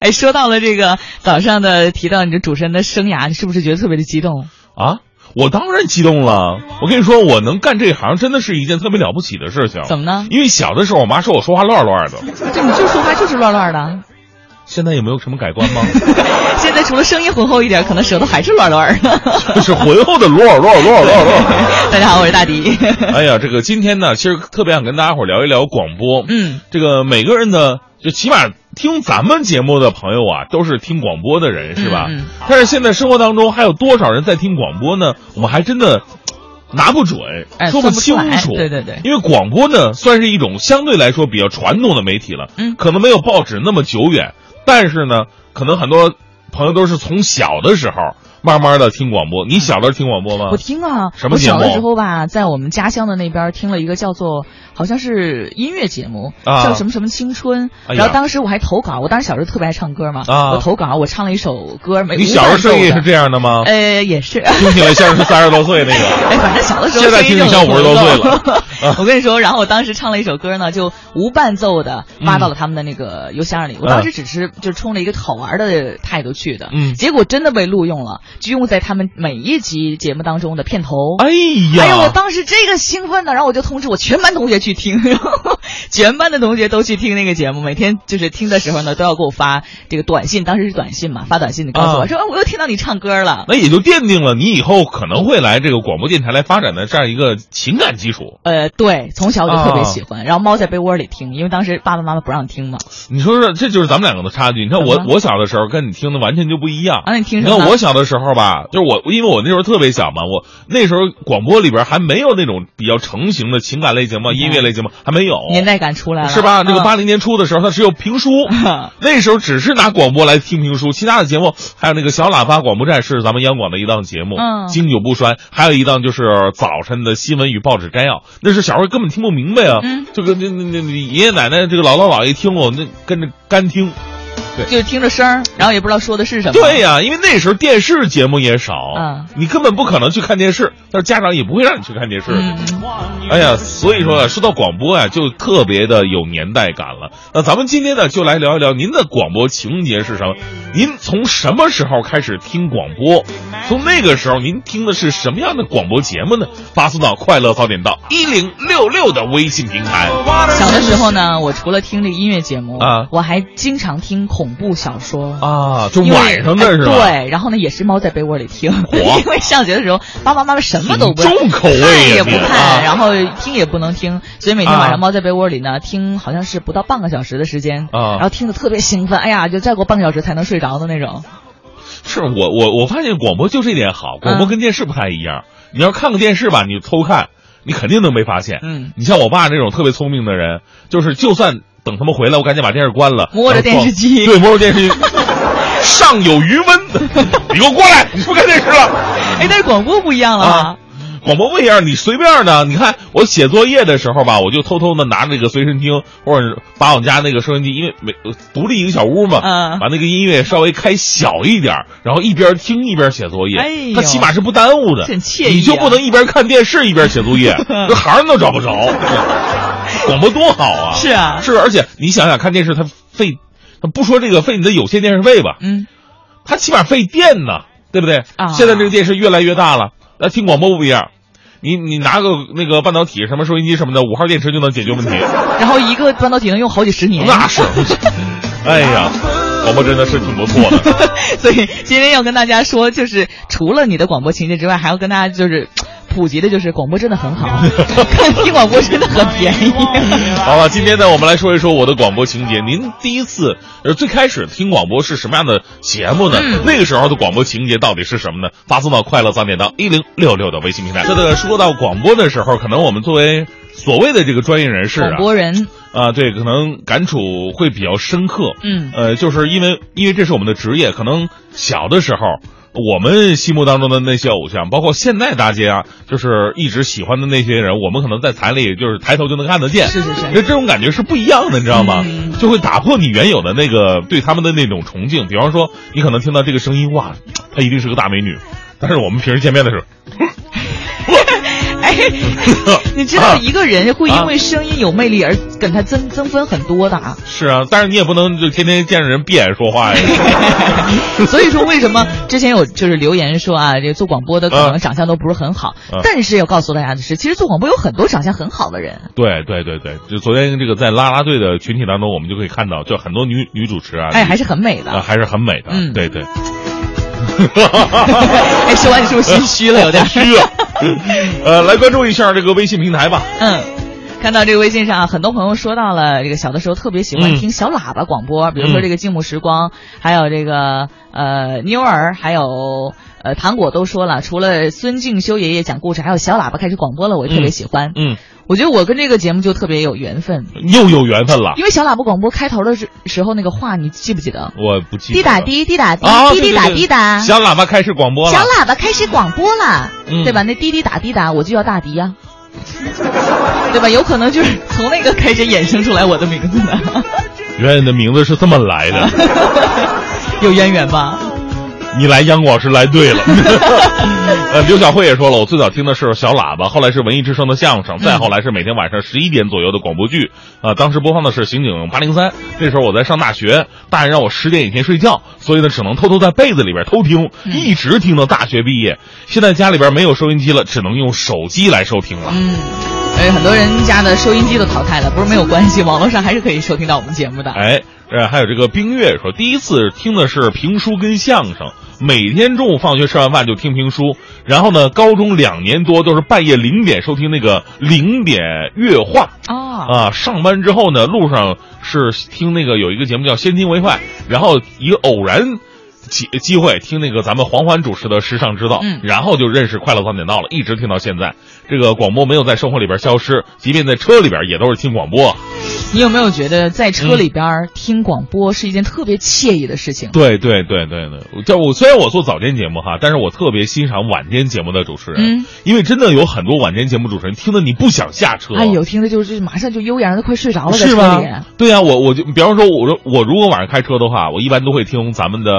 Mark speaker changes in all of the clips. Speaker 1: 哎，说到了这个早上的提到你的主持人的生涯，你是不是觉得特别的激动？
Speaker 2: 啊，我当然激动了。我跟你说，我能干这行真的是一件特别了不起的事情。
Speaker 1: 怎么呢？
Speaker 2: 因为小的时候，我妈说我说话乱乱 的，
Speaker 1: 这你就说话就是乱乱的。
Speaker 2: 现在有没有什么改观吗？
Speaker 1: 现在除了声音浑厚一点，可能舌头还是乱乱的。
Speaker 2: 就是浑厚的啰啰啰啰啰啰。
Speaker 1: 大家好，我是大迪。
Speaker 2: 哎呀，这个今天呢，其实特别想跟大家伙儿聊一聊广播。
Speaker 1: 嗯，
Speaker 2: 这个每个人的，就起码听咱们节目的朋友啊，都是听广播的人，是吧？
Speaker 1: 嗯嗯
Speaker 2: 但是现在生活当中还有多少人在听广播呢？我们还真的。拿不准，
Speaker 1: 哎
Speaker 2: 说清
Speaker 1: 分不出
Speaker 2: 楚。
Speaker 1: 来
Speaker 2: 啊
Speaker 1: 对对对
Speaker 2: 因为广播呢，算是一种相对来说比较传统的媒体了，
Speaker 1: 嗯
Speaker 2: 可能没有报纸那么久远，但是呢，可能很多朋友都是从小的时候慢慢的听广播。你小的时候听广播吗？
Speaker 1: 我听啊，
Speaker 2: 什么
Speaker 1: 我
Speaker 2: 节
Speaker 1: 小
Speaker 2: 目
Speaker 1: 的时候吧，在我们家乡的那边听了一个叫做好像是音乐节目，
Speaker 2: 啊
Speaker 1: 叫什么什么青春。
Speaker 2: 哎呀
Speaker 1: 然后当时我还投稿，我当时小时候特别爱唱歌嘛，
Speaker 2: 啊
Speaker 1: 我投稿我唱了一首歌，没
Speaker 2: 你小时候声音也是
Speaker 1: 样？
Speaker 2: 这样的吗？
Speaker 1: 呃，也是。
Speaker 2: 听起来像是三十多岁那 个。
Speaker 1: 哎，反正小的时候
Speaker 2: 现在
Speaker 1: 声音
Speaker 2: 听着像
Speaker 1: 就
Speaker 2: 50 多岁了
Speaker 1: 很厚我跟你说，然后我当时唱了一首歌呢，就无伴奏的发
Speaker 2: 嗯
Speaker 1: 到了他们的那个邮箱里。我当时只是就冲着一个好玩的态度去的，
Speaker 2: 嗯
Speaker 1: 结果真的被录用了，就用在他们每一集节目当中的片头。
Speaker 2: 哎呀，
Speaker 1: 哎呀，我当时这个兴奋的，然后我就通知我全班同学去听，然后 全班的同学都去听那个节目，每天就是听的时候呢，都要给我发这个短信，当时是短信嘛，发短信的告诉我、
Speaker 2: 啊
Speaker 1: 说，啊我又听到你唱歌了。
Speaker 2: 那也就奠定了你以后可能会来这个广播电台来发展的这样一个情感基础。
Speaker 1: 呃，对，从小我就特别
Speaker 2: 啊
Speaker 1: 喜欢，然后猫在被窝里听，因为当时爸爸妈妈不让听嘛。
Speaker 2: 你说说，这就是咱们两个的差距。你看
Speaker 1: 怎么
Speaker 2: 我
Speaker 1: 了
Speaker 2: 我小的时候跟你听的完全就不一样。
Speaker 1: 啊，你听
Speaker 2: 你
Speaker 1: 什么？
Speaker 2: 看我小的时候吧，就是我，因为我那时候特别小嘛，我那时候广播里边还没有那种比较成型的情感类节目、音乐类节目，还没有，
Speaker 1: 年代感出来了，
Speaker 2: 是吧？那个
Speaker 1: 嗯
Speaker 2: 八零年初的时候，它只有 评书，那时候只是拿广播来听评书，其他的节目还有那个小喇叭广播站是咱们央广的一档节目，
Speaker 1: 嗯
Speaker 2: 经久不衰。还有一档就是早晨的新闻与报纸摘要，那是小时候根本听不明白啊，
Speaker 1: 嗯
Speaker 2: 这个那那那那爷爷奶奶这个姥姥姥爷听我那跟着干听。
Speaker 1: 就是听着声儿，然后也不知道说的是什么。
Speaker 2: 对、呀、因为那时候电视节目也少，
Speaker 1: 嗯
Speaker 2: 你根本不可能去看电视，但是家长也不会让你去看电视。
Speaker 1: 嗯，
Speaker 2: 哎呀，所以说啊，说到广播啊，就特别的有年代感了。那咱们今天呢，就来聊一聊您的广播情节是什么？您从什么时候开始听广播？从那个时候，您听的是什么样的广播节目呢？发送到快乐早点到一零六六的微信平台。
Speaker 1: 小的时候呢，我除了听这个音乐节目
Speaker 2: 啊
Speaker 1: 我还经常听恐怖小说。
Speaker 2: 啊，就
Speaker 1: 因为
Speaker 2: 晚上的是吧？
Speaker 1: 哎对，然后呢，也是猫在被窝里听， 因为上学的时候，爸爸妈妈什么都不
Speaker 2: 重口味呀
Speaker 1: 看哎也不
Speaker 2: 你
Speaker 1: 看，
Speaker 2: 啊
Speaker 1: 然后听也不能听，所以每天
Speaker 2: 啊
Speaker 1: 晚上猫在被窝里呢，听好像是不到半个小时的时间，
Speaker 2: 啊
Speaker 1: 然后听得特别兴奋，哎呀，就再过半个小时才能睡着的那种。
Speaker 2: 是我我我发现广播就这点好，广播
Speaker 1: 嗯
Speaker 2: 跟电视不太一样。你要看个电视吧，你偷看，你肯定能没发现。
Speaker 1: 嗯，
Speaker 2: 你像我爸这种特别聪明的人，就是就算等他们回来，我赶紧把电视关了，
Speaker 1: 摸着
Speaker 2: 然
Speaker 1: 电
Speaker 2: 后
Speaker 1: 视
Speaker 2: 装
Speaker 1: 机
Speaker 2: 对，摸着电视机，上有余温，你给我过来，你是不是看电视了？
Speaker 1: 哎，但是广播不一样了
Speaker 2: 啊
Speaker 1: 啊，
Speaker 2: 广播不一样，你随便的。你看我写作业的时候吧，我就偷偷的拿那个随身听，或者是把我们家那个收音机，因为每独立一个小屋嘛，
Speaker 1: 嗯
Speaker 2: 把那个音乐稍微开小一点儿，然后一边听一边写作业，
Speaker 1: 哎呦
Speaker 2: 它起码是不耽误的。
Speaker 1: 这很惬意啊
Speaker 2: 你就不能一边看电视一边写 作业，这行儿都找不着。广播多好啊！
Speaker 1: 是啊
Speaker 2: 是，而且你想想看电视，它费，它不说这个费你的有线电视费吧，
Speaker 1: 嗯，
Speaker 2: 它起码费电呢，对不对？
Speaker 1: 啊
Speaker 2: 现在这个电视越来越大了，那听广播不一样，你你拿个那个半导体什么收音机什么的，五号电池就能解 决问题，
Speaker 1: 然后一个半导体能用好几十年，
Speaker 2: 那是。哎呀，广播真的是挺不错的。
Speaker 1: 所以今天要跟大家说，就是除了你的广播情节之外，还要跟大家就是普及的，就是广播真的很 好，看听广播真的很便宜。
Speaker 2: 好了，今天呢，我们来说一说我的广播情节。您第一次呃最开始听广播是什么样的节目呢？
Speaker 1: 嗯
Speaker 2: 那个时候的广播情节到底是什么呢？发送到快乐三点到一零六六的微信
Speaker 1: 嗯
Speaker 2: 平台。这个说到广播的时候，可能我们作为所谓的这个专业人士啊
Speaker 1: 广，播人，
Speaker 2: 啊，对，可能感触会比较深刻。
Speaker 1: 嗯
Speaker 2: 呃，就是因为因为这是我们的职业，可能小的时候我们心目当中的那些偶像，包括现在大家就是一直喜欢的那些人，我们可能在台里就是抬头就能看得见。
Speaker 1: 是是是
Speaker 2: 那这种感觉是不一样的，你知道吗？
Speaker 1: 嗯
Speaker 2: 就会打破你原有的那个对他们的那种崇敬。比方说，你可能听到这个声音，哇，她一定是个大美女，但是我们平时见面的时候，
Speaker 1: 哎，你知
Speaker 2: 啊
Speaker 1: 道一个人会因为声音有魅力而跟他增增分很多的啊。
Speaker 2: 是啊，但是你也不能就天天见着人闭眼说话呀。
Speaker 1: 所以说，为什么之前有就是留言说啊，这做广播的可能长相都不是很好，
Speaker 2: 嗯
Speaker 1: 但是要告诉大家的是，其实做广播有很多长相很好的人。
Speaker 2: 对对对对，就昨天这个在啦啦队的群体当中，我们就可以看到，就很多女女主持啊，
Speaker 1: 哎，还是很美的。
Speaker 2: 啊还是很美的，
Speaker 1: 嗯
Speaker 2: 对对。
Speaker 1: 哎，说完你是不是 心虚了有 点？
Speaker 2: 虚啊。呃，来关注一下这个微信平台吧。
Speaker 1: 嗯。看到这个微信上，很多朋友说到了这个小的时候特别喜欢
Speaker 2: 嗯
Speaker 1: 听小喇叭广播，比如说
Speaker 2: 嗯
Speaker 1: 这个静木时光，还有这个呃妞儿，还有呃糖果都说了，除了孙敬修爷爷讲故事，还有小喇叭开始广播了，我也特别喜欢。
Speaker 2: 嗯，啊
Speaker 1: 我觉得我跟这个节目就特别有缘分，
Speaker 2: 又有缘分了。
Speaker 1: 因为小喇叭广播开头的时时候那个话，你记不记得？
Speaker 2: 我不记得
Speaker 1: 滴
Speaker 2: 了
Speaker 1: 答滴滴答滴
Speaker 2: 啊，
Speaker 1: 滴
Speaker 2: 对
Speaker 1: 滴答
Speaker 2: 对对
Speaker 1: 滴答，
Speaker 2: 小喇叭开始广播了
Speaker 1: 小。喇叭开始广播了，
Speaker 2: 嗯
Speaker 1: 对吧？那滴滴答滴答，我就要大迪呀、对吧？有可能就是从那个开始衍生出来我的名字的，
Speaker 2: 原来你的名字是这么来的，
Speaker 1: 有渊源吧？
Speaker 2: 你来央广是来对了。 呃，刘小慧也说了，我最早听的是小喇叭，后来是文艺之声的相声，再后来是每天晚上十一点左右的广播剧。呃，当时播放的是《刑警八零三》，那时候我在上大学，大人让我十点以前睡觉，所以呢只能偷偷在被子里边偷听，一直听到大学毕业。现在家里边没有收音机了，只能用手机来收听了。
Speaker 1: 嗯，而且很多人家的收音机都淘汰了，不是没有关系，网络上还是可以收听到我们节目 的。
Speaker 2: 哎，呃，还有这个冰月说，第一次听的是评书跟相声，每天中午放学吃完饭就听评书，然后呢，高中两年多都是半夜零点收听那个零点乐话
Speaker 1: 哦，
Speaker 2: 啊。上班之后呢，路上是听那个有一个节目叫《先进为快》，然后一个偶然。机机会听那个咱们黄欢主持的《时尚之道》，
Speaker 1: 嗯
Speaker 2: 然后就认识《快乐早点到》了，一直听到现在。这个广播没有在生活里边消失，即便在车里边也都是听广播。
Speaker 1: 你有没有觉得在车里边儿听广播是一件特别惬意的事情？
Speaker 2: 对对对对对，这我虽然我做早间节目哈，但是我特别欣赏晚间节目的主持人，
Speaker 1: 嗯
Speaker 2: 因为真的有很多晚间节目主持人听得你不想下车。
Speaker 1: 哎呦，听着就是马上就悠扬的快睡着了，在
Speaker 2: 是
Speaker 1: 车
Speaker 2: 吗
Speaker 1: 里。？
Speaker 2: 对呀、我我就比方说，我说我如果晚上开车的话，我一般都会听咱们的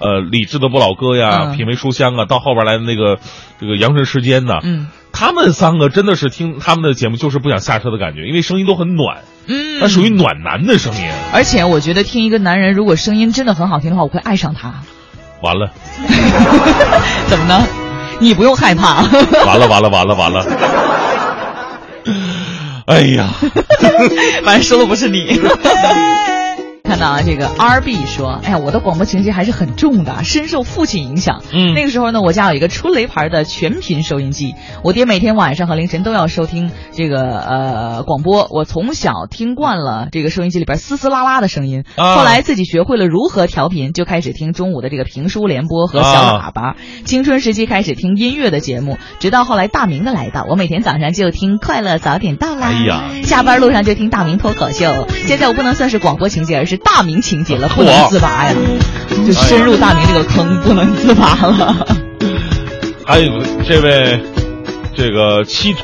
Speaker 2: 呃理智的不老歌呀，
Speaker 1: 嗯
Speaker 2: 品味书香啊，到后边来的那个这个扬尘时间呐，
Speaker 1: 嗯
Speaker 2: 他们三个真的是听他们的节目就是不想下车的感觉，因为声音都很暖，
Speaker 1: 嗯，
Speaker 2: 那属于暖男的声音。
Speaker 1: 而且我觉得听一个男人如果声音真的很好听的话，我会爱上他。
Speaker 2: 完了，
Speaker 1: 怎么呢？你不用害怕。
Speaker 2: 完了，完了，完了，完了。哎呀，
Speaker 1: 反正说的不是 你。看到啊，这个 R B 说，哎呀，我的广播情绪还是很重的，深受父亲影响。
Speaker 2: 嗯
Speaker 1: 那个时候呢，我家有一个春雷牌的全频收音机，我爹每天晚上和凌晨都要收听这个呃广播。我从小听惯了这个收音机里边嘶嘶啦啦的声音，
Speaker 2: 啊
Speaker 1: 后来自己学会了如何调频，就开始听中午的这个评书联播和小喇
Speaker 2: 啊
Speaker 1: 叭。青春时期开始听音乐的节目，直到后来大明的来到，我每天早上就听《快乐早点到》啦。
Speaker 2: 哎呀，
Speaker 1: 下班路上就听大明脱口秀。现在我不能算是广播情节，而是大明情节了，不能自拔呀，就深入大明这个坑，不能自拔了。
Speaker 2: 还有这位。这个七土，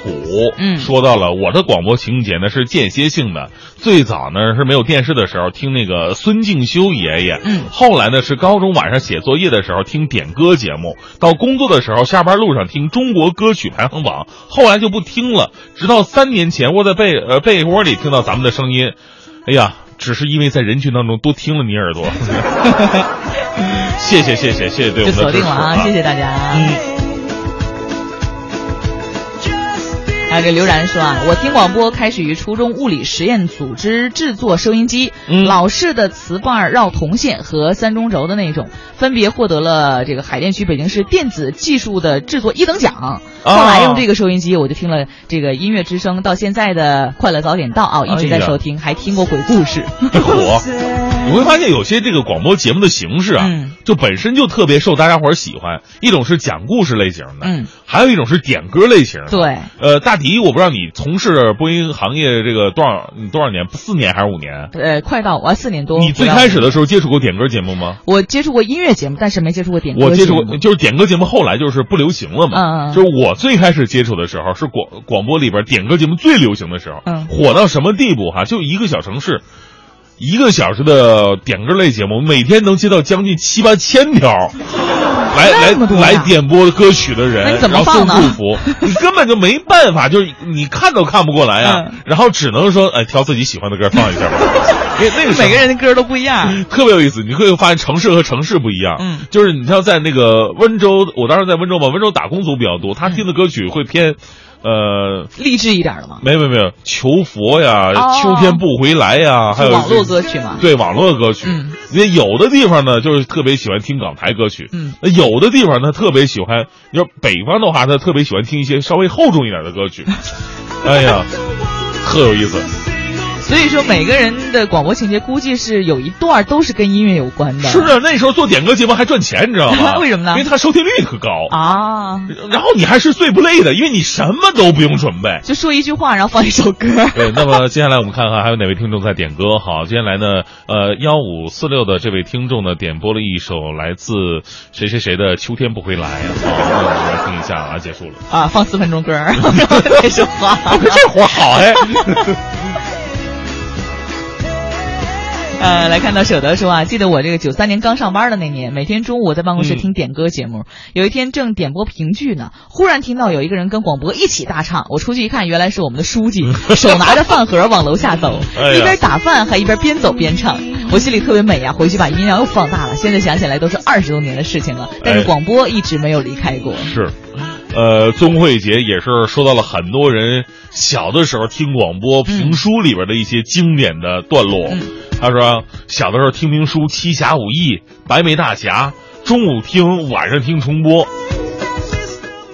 Speaker 1: 嗯
Speaker 2: 说到了我的广播情节呢是间歇性的，最早呢是没有电视的时候听那个孙敬修爷爷，
Speaker 1: 嗯
Speaker 2: 后来呢是高中晚上写作业的时候听点歌节目，到工作的时候下班路上听中国歌曲排行榜，后来就不听了，直到三年前窝在被呃被窝里听到咱们的声音，哎呀，只是因为在人群当中多听了你耳朵， 谢谢谢谢谢谢对我
Speaker 1: 就
Speaker 2: 们
Speaker 1: 锁
Speaker 2: 的支
Speaker 1: 定
Speaker 2: 持
Speaker 1: 了啊！谢谢大家。
Speaker 2: 嗯
Speaker 1: 还有这刘然说啊，
Speaker 2: 嗯
Speaker 1: 我听广播开始于初中物理实验组织制作收音机，
Speaker 2: 嗯
Speaker 1: 老式的磁伴绕铜线和三中轴的那种，分别获得了这个海淀区北京市电子技术的制作一等奖。
Speaker 2: 啊
Speaker 1: 后来用这个收音机，我就听了这个音乐之声，到现在的《快乐早点到》啊，一直在
Speaker 2: 哎呀
Speaker 1: 收听，还听过鬼故 事。
Speaker 2: 火。你会发现有些这个广播节目的形式啊，
Speaker 1: 嗯
Speaker 2: 就本身就特别受大家伙儿喜欢。一种是讲故事类型的，
Speaker 1: 嗯，
Speaker 2: 还有一种是点歌类型的。
Speaker 1: 对，
Speaker 2: 呃，大迪，我不知道你从事播音行业这个多少你多少年，四年还是五年？
Speaker 1: 呃，快到我四年多。
Speaker 2: 你最
Speaker 1: 不要
Speaker 2: 开始的时候接触过点歌节目吗？
Speaker 1: 我接触过音乐节目，但是没接触过点歌
Speaker 2: 我接触
Speaker 1: 节目
Speaker 2: 过，就是点歌节目，后来就是不流行了嘛。
Speaker 1: 嗯嗯
Speaker 2: 就是我最开始接触的时候，是广广播里边点歌节目最流行的时候，
Speaker 1: 嗯
Speaker 2: 火到什么地步哈、就一个小城市，一个小时的点歌类节目，每天能接到将近七八千条，来来
Speaker 1: 那么多呀
Speaker 2: 来点播歌曲的
Speaker 1: 那
Speaker 2: 人，
Speaker 1: 你怎么
Speaker 2: 然后送
Speaker 1: 放
Speaker 2: 祝
Speaker 1: 呢
Speaker 2: 福，你根本就没办法，就是你看都看不过来啊，
Speaker 1: 嗯
Speaker 2: 然后只能说哎挑自己喜欢的歌放一下 吧，因为那个时候
Speaker 1: 每个人的歌都不一样。
Speaker 2: 特别有意思，你会发现城市和城市不一样。
Speaker 1: 嗯，
Speaker 2: 就是你像在那个温州，我当时在温州嘛，温州打工族比较
Speaker 1: 嗯
Speaker 2: 多，他听的歌曲会偏，呃，
Speaker 1: 励志一点的嘛，
Speaker 2: 没有没有没有，求佛呀，
Speaker 1: 哦
Speaker 2: 秋天不回来呀，还有
Speaker 1: 网络歌曲嘛。
Speaker 2: 对网络歌曲
Speaker 1: 嗯。
Speaker 2: 那、有的地方呢，就是特别喜欢听港台歌曲。
Speaker 1: 嗯，
Speaker 2: 那有的地方他特别喜欢，你说北方的话，他特别喜欢听一些稍微厚重一点的歌 曲。哎呀，特有意思。
Speaker 1: 所以说每个人的广播情节估计是有一段儿都是跟音乐有关的。
Speaker 2: 是啊，那时候做点歌节目还赚钱，你知道吗？
Speaker 1: 为什么呢
Speaker 2: 因为它收听率特高
Speaker 1: 啊，
Speaker 2: 然后你还是最不累的，因为你什么都不用准备。
Speaker 1: 就说一句话，然后放一首歌。
Speaker 2: 对，那么接下来我们看看还有哪位听众在点歌。好，接下来呢，呃，幺五四六的这位听众呢，点播了一首来自谁谁谁的《秋天不回来》啊。好，那我们来听一下啊，结束了。
Speaker 1: 啊，放四分钟歌儿， 然后再说话。
Speaker 2: 这活好哎，
Speaker 1: 呃，来看到舍得说啊，记得我这个九三年刚上班的那年，每天中午我在办公
Speaker 2: 嗯
Speaker 1: 室听点歌节目。有一天正点播评剧呢，忽然听到有一个人跟广播一起大唱。我出去一看，原来是我们的书 记，手拿着饭盒往楼下走，
Speaker 2: 哎呀
Speaker 1: 一边打饭还一边边走边唱。我心里特别美呀、回去把音量又放大了。现在想起来都是二十多年的事情了，但是
Speaker 2: 哎
Speaker 1: 广播一直没有离开过。
Speaker 2: 是。呃，宗慧姐也是说到了很多人小的时候听广播评书里边的一些经典的段落。
Speaker 1: 嗯
Speaker 2: 她说小的时候听评书《七侠五义》《白眉大侠》，中午听，晚上听重播。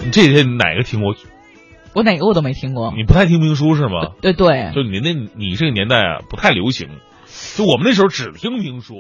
Speaker 2: 你这些哪个听过？
Speaker 1: 我哪个我都没听过。
Speaker 2: 你不太听评书是吗？
Speaker 1: 对对，
Speaker 2: 啊就你那，你这个年代啊，不太流行。就我们那时候只听评书。